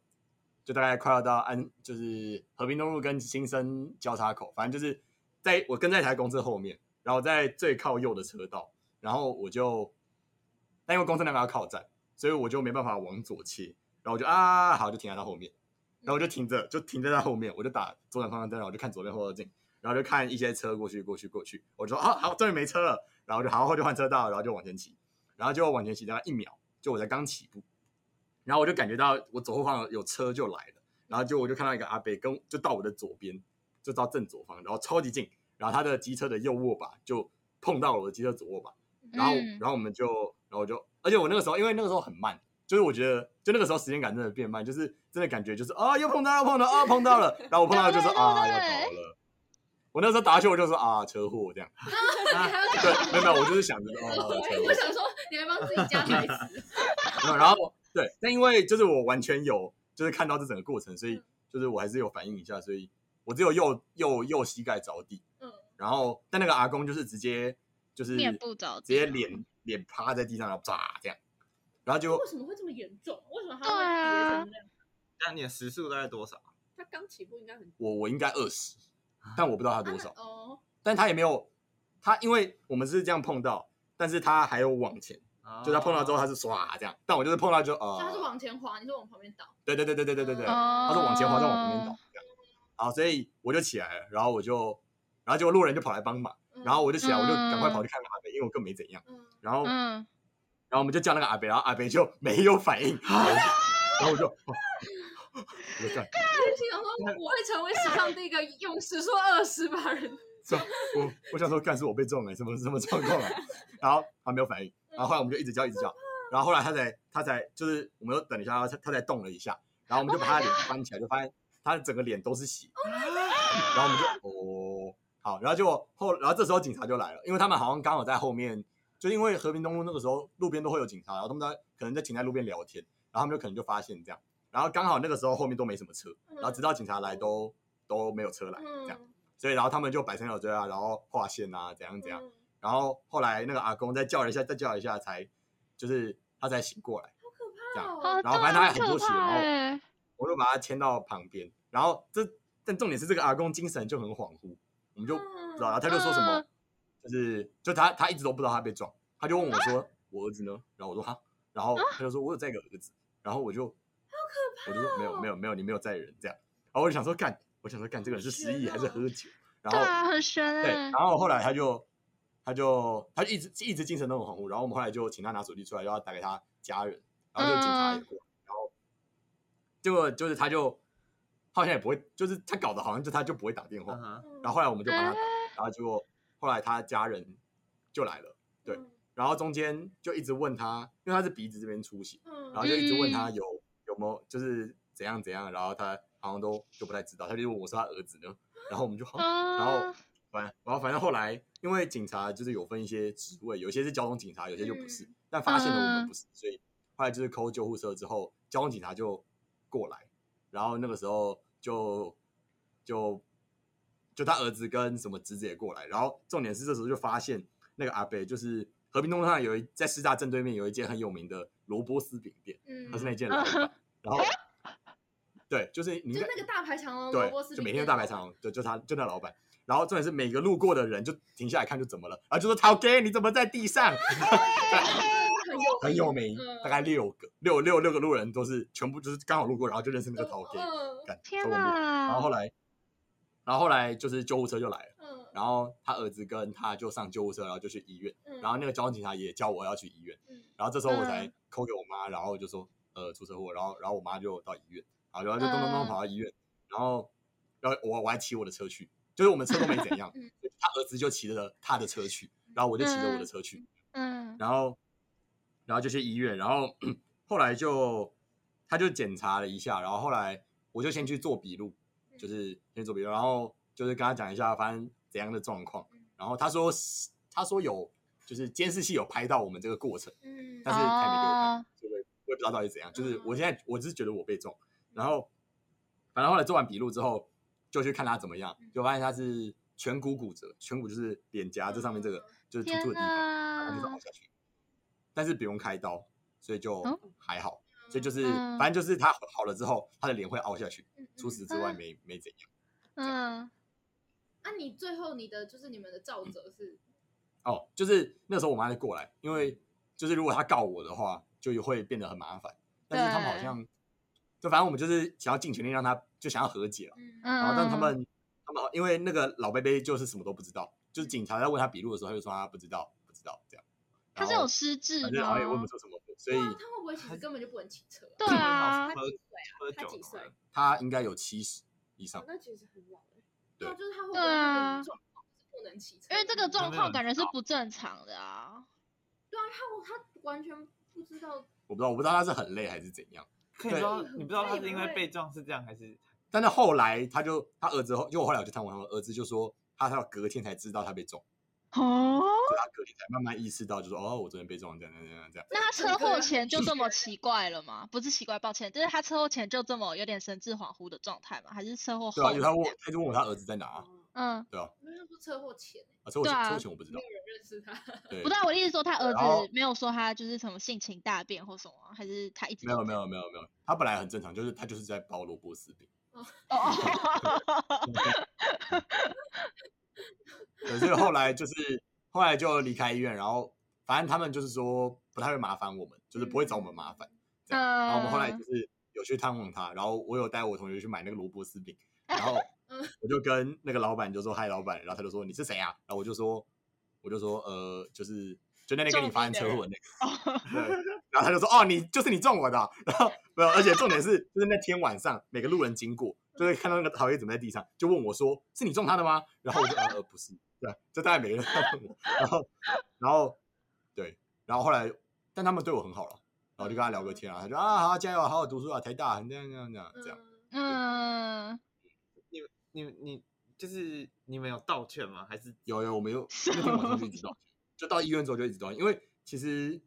就大概快要到安就是和平东路跟新生交叉口，反正就是在我跟在一台公车后面，然后在最靠右的车道，然后我就但因为公车那个要靠站，所以我就没办法往左切，然后我就啊好就停在他后面，然后我就停着就停在他后面，我就打左转方向灯，然后我就看左边后照镜。然后就看一些车过去，过去，过去，我就说啊，好，终于没车了，然后就好，就换车道，然后就往前骑，然后就往前骑大概一秒，就我才刚起步，然后我就感觉到我左后方有车就来了，然后就我就看到一个阿伯跟就到我的左边，就到正左方，然后超级近，然后他的机车的右握把就碰到了我的机车左握把，然后
嗯
然后我们就，然后我就，而且我那个时候因为那个时候很慢，就是我觉得就那个时候时间感真的变慢，就是真的感觉就是啊又碰到又碰到啊碰到了，然后我碰到就说
对对
啊
对
要倒了。我那时候打球，我就说啊，车祸这样。
你 还要讲
对，没有没有，我就是想着哦，车祸
我想说，你还帮自己加台 词，
没有然后对，但因为就是我完全有就是看到这整个过程，所
嗯
以就是我还是有反应一下，所以我只有右右右膝盖着地，
嗯，
然后但那个阿公就是直接就是
面部着
直
地
接
吗
脸脸趴在地上，然后啪这样，然后就
为什么会这么严重？为什么
对
他
啊
会跌成那样？
那你的时速大概多少？
他刚起步应该很
我我应该二十，但我不知道他多少，
哦，
但他也没有他，因为我们是这样碰到，但是他还有往前，
哦
就他碰到之后他是唰这样，但我就是碰到就
所以哦他是
呃，
往哦前滑，你是往旁边倒，
对对对对对对对对，
他
他是往前滑，再往旁边倒，这样。
哦
好，所以我就起来了，然后我就，然后结果路人就跑来帮忙，
嗯
然后我就起来，我就赶快
嗯
跑去看阿北，因为我更没怎样。
嗯，
然后，然
嗯，
后我们就叫那个阿北，然后阿北就没有反 应，然后我就，哦我就干
我就心想说，我会成为史上第一个用时速二十把人，
这我我想说，干是我被中了，什么什么状况啊？然后他没有反应，然后后来我们就一直叫，一直叫，然后后来他才他才就是我们又等了一下，然后他他才动了一下，然后我们就把他脸翻起来，就发现他的整个脸都是血，然后我们就哦好，然后结果后然后这时候警察就来了，因为他们好像刚好在后面，就因为和平东路那个时候路边都会有警察，然后他们在可能在停在路边聊天，然后他们就可能就发现这样，然后刚好那个时候后面都没什么车，然后直到警察来都都没有车来这样。
嗯，
所以然后他们就摆成有追啊，然后划线啊，怎样怎
嗯
嗯
样。然后后来那个阿公再叫了一下，再叫了一下才，就是他才醒过来。这样
哦，
哦，
然后
对
反正他还
啊
很
很可
多血
怕
然后
欸
我就把他牵到旁边。然后这但重点是这个阿公精神就很恍惚，我们就不知道，然后他就说什么
嗯，
就是就他他一直都不知道他被撞，他就问我说我儿子呢？然后我说哈，然
啊
后他就说我有载个儿子，然后我就我就说没
哦
有没有没有你没有载人这样，然后我就想说干，我想说干这个人是失忆还是喝酒？然
对
后
啊，很悬
对，
哎
然。后后来他就他就他就一直一直精神都很恍惚，然后我们后来就请他拿手机出来，然后打给他家人，然后就警察也
嗯
过来，然后结果就是他就他好像也不会，就是他搞得好像就他就不会打电话，
嗯哼
然后后来我们就帮他打，然后结果后来他家人就来了，对，然后中间就一直问他，因为他是鼻子这边出血，
嗯，
然后就一直问他
嗯
有有没有就是怎样怎样，然后他好像都就不太知道，他就问我是他儿子呢，然后我们就好。哈然后
啊，
反然后反正后来，因为警察就是有分一些职位，有些是交通警察，有些就不是。但发现了我们
嗯
不是，所以后来就是扣救护车之后，交通警察就过来，然后那个时候就就就他儿子跟什么侄子也过来，然后重点是这时候就发现那个阿北就是和平东路上有一在师大正对面有一间很有名的萝卜丝饼店，
嗯啊
他是那间的老板，然后对，就是你应
嗯就
该
那个大排长龙萝
对
卜丝，，
就每天都大排长龙，对，就他就那老板。然后重点是每个路过的人就停下来看就怎么了，然后就说陶哥你怎么在地上？
很有
很有名，
嗯
大概六个六六六个路人都是全部就是刚好路过，然后就认识那个陶
哦
gay，
嗯
干
天
超恐怖然后
哪
后！来，然后后来就是救护车就来了，
嗯
然后他儿子跟他就上救护车，然后就去医院，
嗯，
然后那个交通警察也叫我要去医院，
嗯
然后这时候我才
嗯
扣给我妈，然后就说呃出车祸，然后然后我妈就到医院，然后然后就咚咚咚
嗯
跑到医院，然后然后我我还骑我的车去，就是我们车都没怎样
嗯，
他儿子就骑着他的车去，然后我就骑着我的
嗯
车去，
嗯
然后然后就去医院，然后后来就他就检查了一下，然后后来我就先去做笔录，
嗯
就是先做笔录，然后就是跟他讲一下发生怎样的状况，
嗯
然后他说是他说有就是监视器有拍到我们这个过程，
嗯
但是他也没给我看
哦，
所以我也我也不知道到底怎样，
嗯
就是我现在我只是觉得我被中，然后反正后来做完笔录之后就去看他怎么样，
嗯
就发现他是颧骨骨折，颧骨就是脸颊这上面这个就是突
嗯天
出的地方。然后就是
哪
凹！下去，但是不用开刀，所以就
哦
还好。所以就是，
嗯
反正就是他好了之后，他的脸会凹下去，除此之外
嗯
没没怎样。
嗯，
啊
那、你最后你的就是你们的照责是，
哦，就是那时候我妈就过来，因为就是如果她告我的话，就会变得很麻烦。但是他们好
对
像，就反正我们就是想要尽全力让他，就想要和解了。
嗯
然
然后，但他们他们因为那个老贝贝就是什么都不知道，就是警察在问他笔录的时候，他就说他不知道，不知道这样。
他是
然后
有失智
反正好
吗
像也？问不出什么，所
对
以
啊，他会不会其实根本就不能骑车、
对啊，
喝喝
他
酒
几岁
了
他应该有七十以上
哦。那其实很老了，
对
啊，就是他会不会
对啊
有状况就是不能骑车？
因为这个状
没有
况
人
感觉
知
是
道
不正常的 啊。
对啊，他他完全不知道，
我不知道，我不知道他是很累还是怎样。
可以
对
说你不知道他是因
那也
为
不会
被撞是这样还是？
但是后来他就他儿子后，就后来我就探望他们，儿子就说他他要隔天才知道他被中，
哦，
就他隔天才慢慢意识到，就说哦，我昨天被中，这样这样这样这样。
那他车祸前就这么奇怪了吗？不是奇怪，抱歉，就是他车祸前就这么有点神志恍惚的状态吗？还是哦车祸
对啊，
后
就
才
他问
这样？，
他就问我他儿子在哪啊？
嗯，
对啊，
没有说车祸前、欸、
啊车祸
对
前
啊
车祸前我不知道
没，有人认识他，
对
不，但我的意思是说，他儿
然后
子没有说他就是什么性情大变或什么吗，还是他一直
没有没
有
有没有没有，他本来很正常，就是他就是在包萝卜丝饼，
哦，
对，所以后来就是后来就离开医院，然后反正他们就是说不太会麻烦我们，就是不会找我们麻烦。这样然后我们后
嗯
来就是有去探望他，然后我有带我同学去买那个萝卜丝饼，然后
嗯
我就跟那个老板就说嗨老板，然后他就说你是谁啊？然后我就说我就说呃就是就那天跟你
中
发
你
生
的
车
人哦
祸的那个， 对，然后他就说哦你就是你撞我的啊、然后没有，而且重点是就是那天晚上每个路人经过就会看到那个陶叶怎么在地上，就问我说是你撞他的吗？然后我就呃呃不是，对，就大概每个人都在问我，然后然后对，然后后来但他们对我很好了。然后就跟他聊个天啊，他就啊好加油啊，好好读书啊，台大这样这样这样这样。
嗯，
你你就是你们有道歉吗？还是
有有，我们又 那天晚上就一直道歉，就到医院之后就一直道歉，因为其实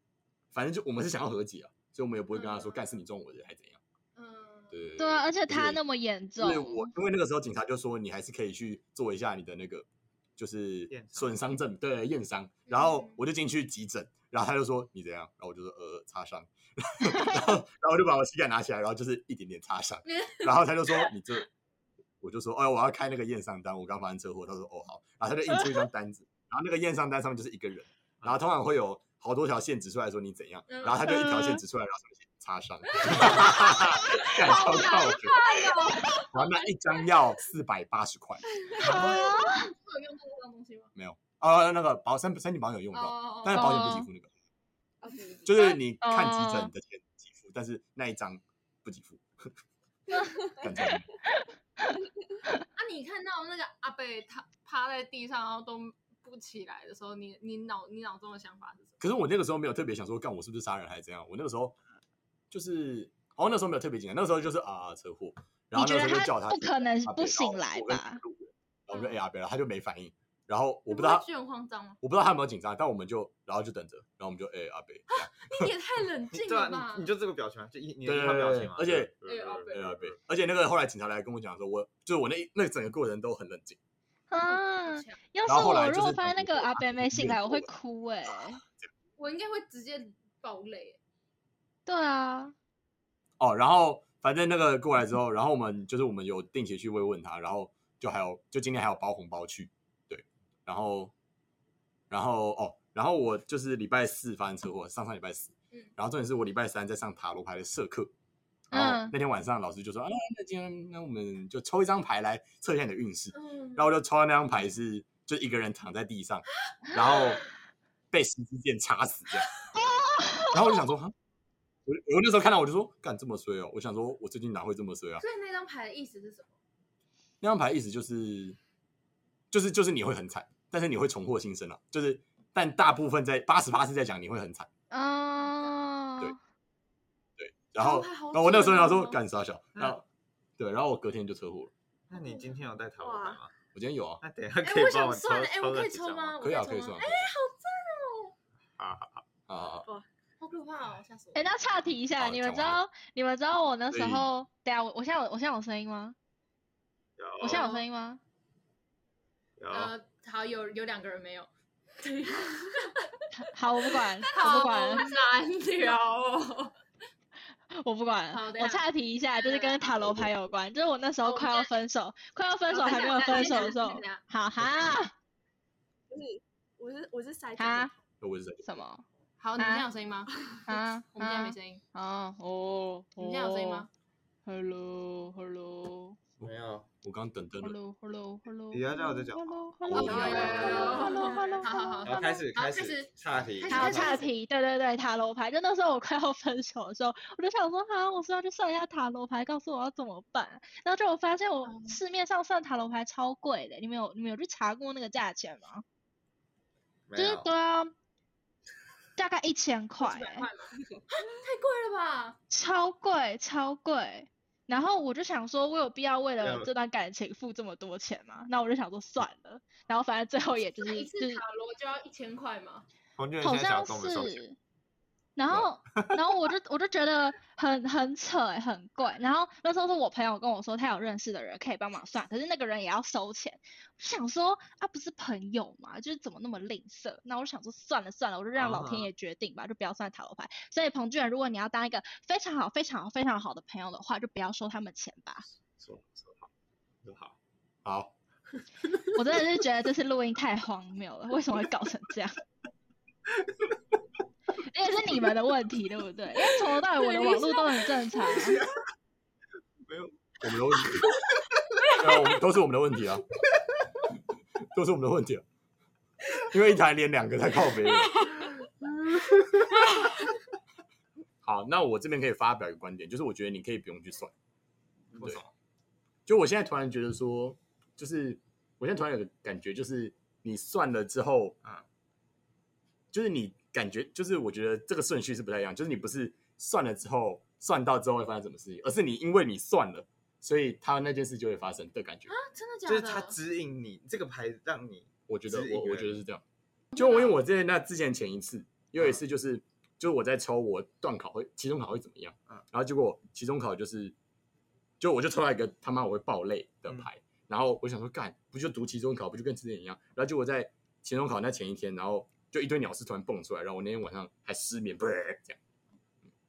反正就我们是想要和解啊，所以我们也不会跟他说干是你中我的还怎样。
嗯，
对对
嗯对啊，而且他那
么
么严重
就是，我，因为那个时候警察就说你还是可以去做一下你的那个就是
验伤
损伤证对验伤，然后
嗯
我就进去急诊，然后他就说你怎样，然后我就说呃擦伤， 然后然后我就把我膝盖拿起来，然后就是一点点擦 伤，然后他就说你这，我就说哦我要开那个验伤单，我刚发生车祸，他说哦好，然后他就印出一张单子，然后那个验伤单上面就是一个 人，然后通常会有好多条线指出来说你怎
嗯
样，然后他就一条线指出来，然后上面写擦伤， 干超靠谱。然后那一张要四百八十 块，
会有用到这种东西吗？
没有啊、那个保身身体保险有用到，
哦
但是保险不给付那个，
哦对对
就是你看急
哦
诊的钱给付，但是那一张不给付。干超硬
啊，你看到那个阿贝他趴在地上，然后都不起来的时候，你你脑你脑中的想法是什么？
可是我那个时候没有特别想说，干我是不是杀人还是怎样？我那个时候就是，好像那时候没有特别紧张，那个时候就是啊车祸，然
你
后
觉
那个
得
时候就叫
他
他
不可能
阿
不
北
醒
然
来？
后
吧？嗯
我跟然后我们就哎 A R 贝，然后他就没反应，然后我
你
不知道
会觉
他
得很慌张吗？
我不知道他有没有紧张，但我们就然后就等着，然后我们就哎 A R 贝，这样
你也太冷
你
静
对
了
啊
吧？？
你你就这个表情啊，就一你的
对
一号表情
对
嘛，
而且
对对对对
对啊，对。而且那个后来警察来跟我讲说，我就是我那一那整个过程都很冷静，
啊，要是
然后后来
我
就
如果
是
发现那
等着
个
他
阿北
去
没
医
醒
院
来，我会
做了
哭哎、
我应该会直接爆欸泪。
对啊，
哦。然后反正那个过来之后，然后我们就是我们有定期去慰问他，然后就还有就今天还有包红包去，对，然后然后哦，然后我就是礼拜四发生车祸，上上礼拜四
嗯，
然后重点是我礼拜三在上塔罗牌的社课，
嗯
然后那天晚上老师就说，啊，那今天那我们就抽一张牌来测一下你的运势，
嗯
然后我就抽到那张牌是就一个人躺在地上，然后被十字剑插死这样，然后我就想说，哈，我我那时候看到我就说，干这么衰哦，我想说我最近哪会这么衰啊？
所以那张牌的意思是什么？
那张牌意思就是，就是就是你会很惨，但是你会重获新生啊。就是，但大部分在八十八是在讲你会很惨。
嗯，
对然后，
这张牌好
然后我那时
准
候想说
哦
干啥小，然后对，然后我隔天就车祸了。
那你今天有带塔罗牌吗？
我今天有啊，
那等一下
哎、
可以
我
帮
想
抽
算了，哎、
抽
我可
个
以
几
抽
张
吗？
可以啊，
我
可以
抽
算
吗
啊。
哎、哦
好
好
好好，
好好，
好可怕哦，吓死我！
哎，那岔题一下，
好
你
讲
们知
完了
道你们知道我那时
所以
候，等下我我现在有我现在有声音吗？我现在
哦
有声音吗？
有
呃，好，有有两个人没有，
好，我 不管，我不
好
管，
难聊哦。
我不管
好
了。
等一
我
下哦
岔题一下，就是跟塔罗牌有关，就是我那时候
我们
快要
先
分手，快要分手
我
还
先
没
讲一
有
下先
分手
讲
的时
先
候
讲一下，
好哈
我是我是塞进
哈
我是谁？
什么
好，你们
啊
现在有声音吗？
啊？
我们现在
啊
没声音。
啊哦，
你们现在有声音吗
？Hello，Hello。
没有？
我刚等灯了。
Hello Hello Hello，
你要这样子讲
Hello
我有
Hello
哦
Hello
有有有
有
Hello Hello，
好好好
Hello
然后开始
哦好开
始
始
岔题，
开
好，
始
岔题，对对对，塔罗牌。就那时候我快要分手的时候，我就想说，啊，我是要去算一下塔罗牌，告诉我要怎么办。然后就我发现，我
哦
市面上算塔罗牌超贵的，你们有你们有去查过那个价钱吗？
没
就是
有
都要大概一千块欸，
太贵了吧？
超贵超贵。然后我就想说，我有必要为
没
了
有
这段感情付这么多钱吗？那我就想说算了。然后反正最后也就
那一
是
次
就是
塔罗就要一千块吗？
黄俊
好
现在想
像
要跟我们收钱，
是。然后，然后我就我就觉得很很扯、欸，很贵。然后那时候是我朋友跟我说，他有认识的人可以帮忙算，可是那个人也要收钱。我想说，啊，不是朋友嘛，就是怎么那么吝啬？那我就想说，算了算了，我就让老天
啊
爷决定吧，就不要算塔罗牌。所以彭俊仁，如果你要当一个非常好、非常好、非常好的朋友的话，就不要收他们钱吧。
说说好，说好，
好，
我真的是觉得这次录音太荒谬了，为什么会搞成这样？而且是你们的问题，对不对？因为从头到尾我的网络都很正常啊。
我们的问题。 对啊，我们都是我们的问题啊，都是我们的问题啊。因为一台连两个才靠北了。好，那我这边可以发表一个观点，就是我觉得你可以不用去算。
嗯为什么？
就我现在突然觉得说，就是我现在突然有个感觉，就是你算了之后，
嗯
就是你感觉，就是我觉得这个顺序是不太一样，就是你不是算了之后算到之后会发生什么事情，而是你因为你算了，所以他那件事就会发生的感觉。
啊真的假
就
的？
是他指引你这个牌让你
我觉得
指引
我我
人
觉得是这样。就我因为我之前那之前前一次有一次就是、就是我在抽我段考会期中考会怎么样，
嗯
然后结果期中考就是就我就抽到一个他妈我会爆泪的牌，然后我想说干不就读期中考不就跟之前一样，然后结果在期中考那前一天，然后就一堆鸟事突然蹦出来，然后我那天晚上还失眠，不是这样。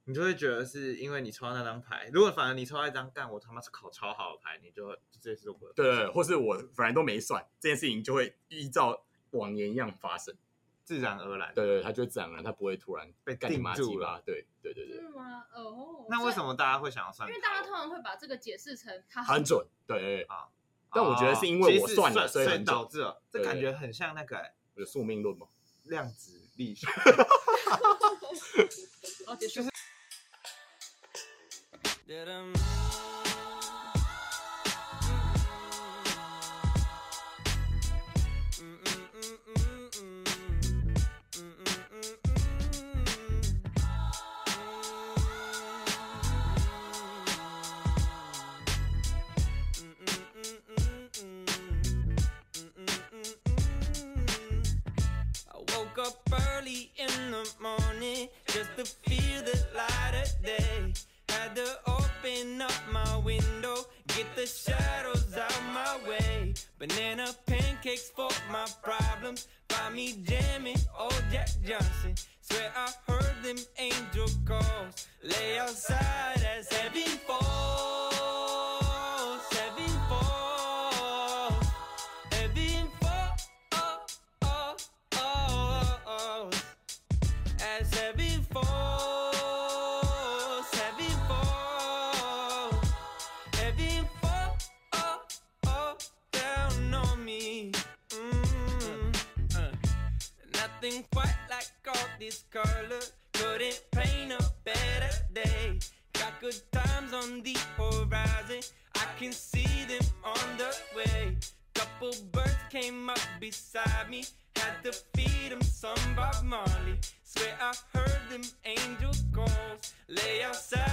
你就会觉得是因为你抽到那张牌，如果反而你抽到一张干我他妈是考超好的牌，你就会这是我的
对对，对或是我反正都没算这件事情，就会依照往年一样发生。
自然而然。
对对，对它就会自然而然，它不会突然
被
干你
定
妈
住
鸡巴
了。
对对对对
真，的吗？哦，
那为什
么？
么大家会想要算
因
塔罗？
为大家通常会把这个解释成他
很准。对对对但我
哦
觉得是因为我
其实
算了所
所
以
以
很准
导致了。这
对
感觉很像那个欸
我的宿命论嘛。
量子力学。
哦，解释
I woke up early in the morning just to feel the light of day. Had to open up my window, get the shadows out my way. Banana pancakes for my problems. Find me jamming, old Jack Johnson. Swear I heard them angel calls. Lay outside as heaven falls, heaven falls, heaven falls. Oh, oh, oh, oh, oh. Nothing quite like all this color. Couldn't paint a better day. Got good times on the horizon. I can see them on the way. Couple birds came up beside me. Had to feed them some Bob Marley. Swear I heard them angel calls. Lay outside Oh, Mm.